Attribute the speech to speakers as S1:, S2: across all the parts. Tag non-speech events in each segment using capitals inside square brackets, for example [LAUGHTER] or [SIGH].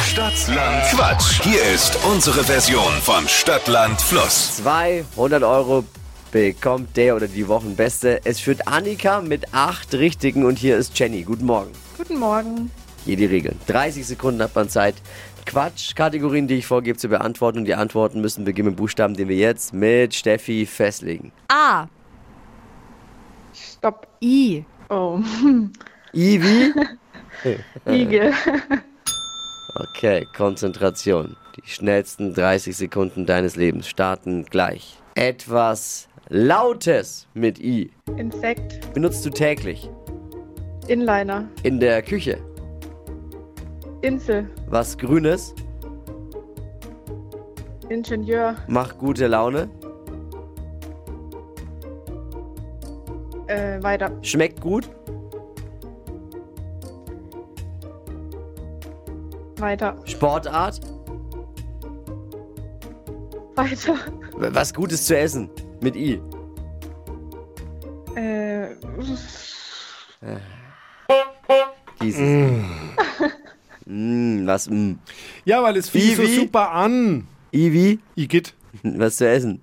S1: Stadtland Quatsch. Hier ist unsere Version von Stadtland Fluss.
S2: 200 Euro bekommt der oder die Wochenbeste. Es führt Annika mit acht Richtigen und hier ist Jenny. Guten Morgen.
S3: Guten Morgen.
S2: Hier die Regeln. 30 Sekunden hat man Zeit, Quatsch-Kategorien, die ich vorgebe, zu beantworten. Und die Antworten müssen beginnen mit Buchstaben, den wir jetzt mit Steffi festlegen.
S3: A.
S4: Stopp.
S3: I.
S4: Oh,
S2: I wie?
S4: Igel.
S2: Okay, Konzentration. Die schnellsten 30 Sekunden deines Lebens starten gleich. Etwas Lautes mit I.
S4: Insekt.
S2: Benutzt du täglich?
S4: Inliner.
S2: In der Küche?
S4: Insel.
S2: Was Grünes?
S4: Ingenieur.
S2: Macht gute Laune?
S4: Äh, weiter.
S2: Schmeckt gut?
S4: Weiter.
S2: Sportart?
S4: Weiter.
S2: W- Was Gutes zu essen? Mit I.
S4: Äh,
S2: Dieses. [LAUGHS] Mm, was? Mm.
S5: Ja, weil es fing so
S2: Ivi?
S5: super an.
S2: I wie?
S5: Igitt.
S2: Was zu essen?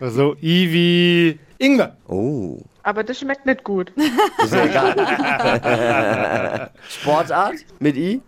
S5: Also, Ivi. Ingwer.
S2: Oh.
S4: aber das schmeckt nicht [LAUGHS] gut.
S2: [LAUGHS] Ist ja egal. Sportart? Mit I?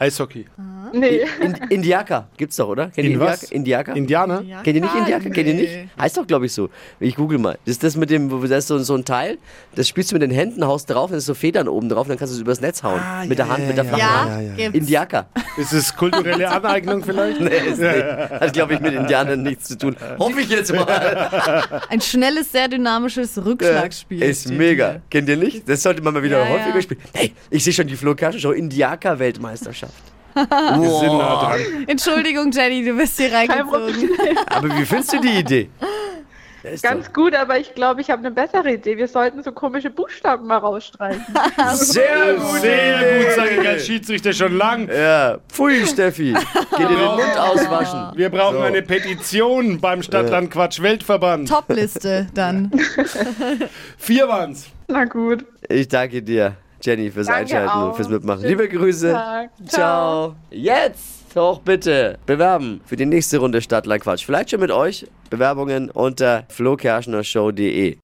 S5: Eishockey.
S4: Nee.
S2: In, Indiaka. Gibt's doch, oder? Kennt ihr
S5: In was?
S2: Indiaka? Indiaka?
S5: Indianer?
S2: Kennt ihr nicht
S3: Ah,
S2: Indiaka? Kennt ihr
S3: nee.
S2: nicht? Heißt doch, glaube ich, so. Ich google mal. Das ist das mit dem, wo- das ist so, so ein Teil, das spielst du mit den Händen, haust drauf, dann ist so Federn oben drauf, dann kannst du es übers Netz hauen.
S5: Ah,
S2: mit
S5: ja,
S2: der Hand,
S5: ja,
S2: mit der
S5: ja,
S2: flachen Hand.
S3: Ja,
S5: ja, ja.
S3: gibt's.
S2: Indiaka.
S5: Ist es kulturelle Aneignung
S2: [LAUGHS]
S5: vielleicht?
S2: Nee, ist nicht. Hat, glaube ich, mit Indianern nichts zu tun. Hoffe ich jetzt mal.
S3: Ein schnelles, sehr dynamisches Rückschlagspiel.
S2: Ist
S3: steht
S2: mega.
S3: hier.
S2: Kennt ihr nicht? Das sollte man mal wieder
S3: Ja,
S2: häufiger
S3: ja.
S2: spielen. Hey, ich sehe schon die Flo Show Indiaka-Weltmeisterschaft.
S4: [LAUGHS]
S5: Wir
S2: Oh,
S5: sind nah dran.
S3: Entschuldigung, Jenny, du bist hier reingezogen.
S2: Aber wie findest du die Idee? Das ist
S4: Ganz gut, aber ich glaube, ich habe eine bessere Idee. Wir sollten so komische Buchstaben mal rausstreichen.
S2: doch sehr gut.
S5: Sehr gut, sage ich als Schiedsrichter schon lang.
S2: Ja, pfui, Steffi. Geh dir den Mund auswaschen.
S5: Wir brauchen eine Petition beim Stadtlandquatsch Weltverband.
S3: Top-Liste dann.
S5: Vier waren's.
S4: Na gut.
S2: Ich danke dir, Jenny, fürs
S4: Danke
S2: Einschalten und
S4: auch.
S2: fürs Mitmachen.
S4: Schönen
S2: Liebe Grüße.
S4: Tag.
S2: Ciao. Jetzt hoch bitte. Bewerben für die nächste Runde Stadtlandquatsch. Vielleicht schon mit euch. Bewerbungen unter flokerschnershow.de.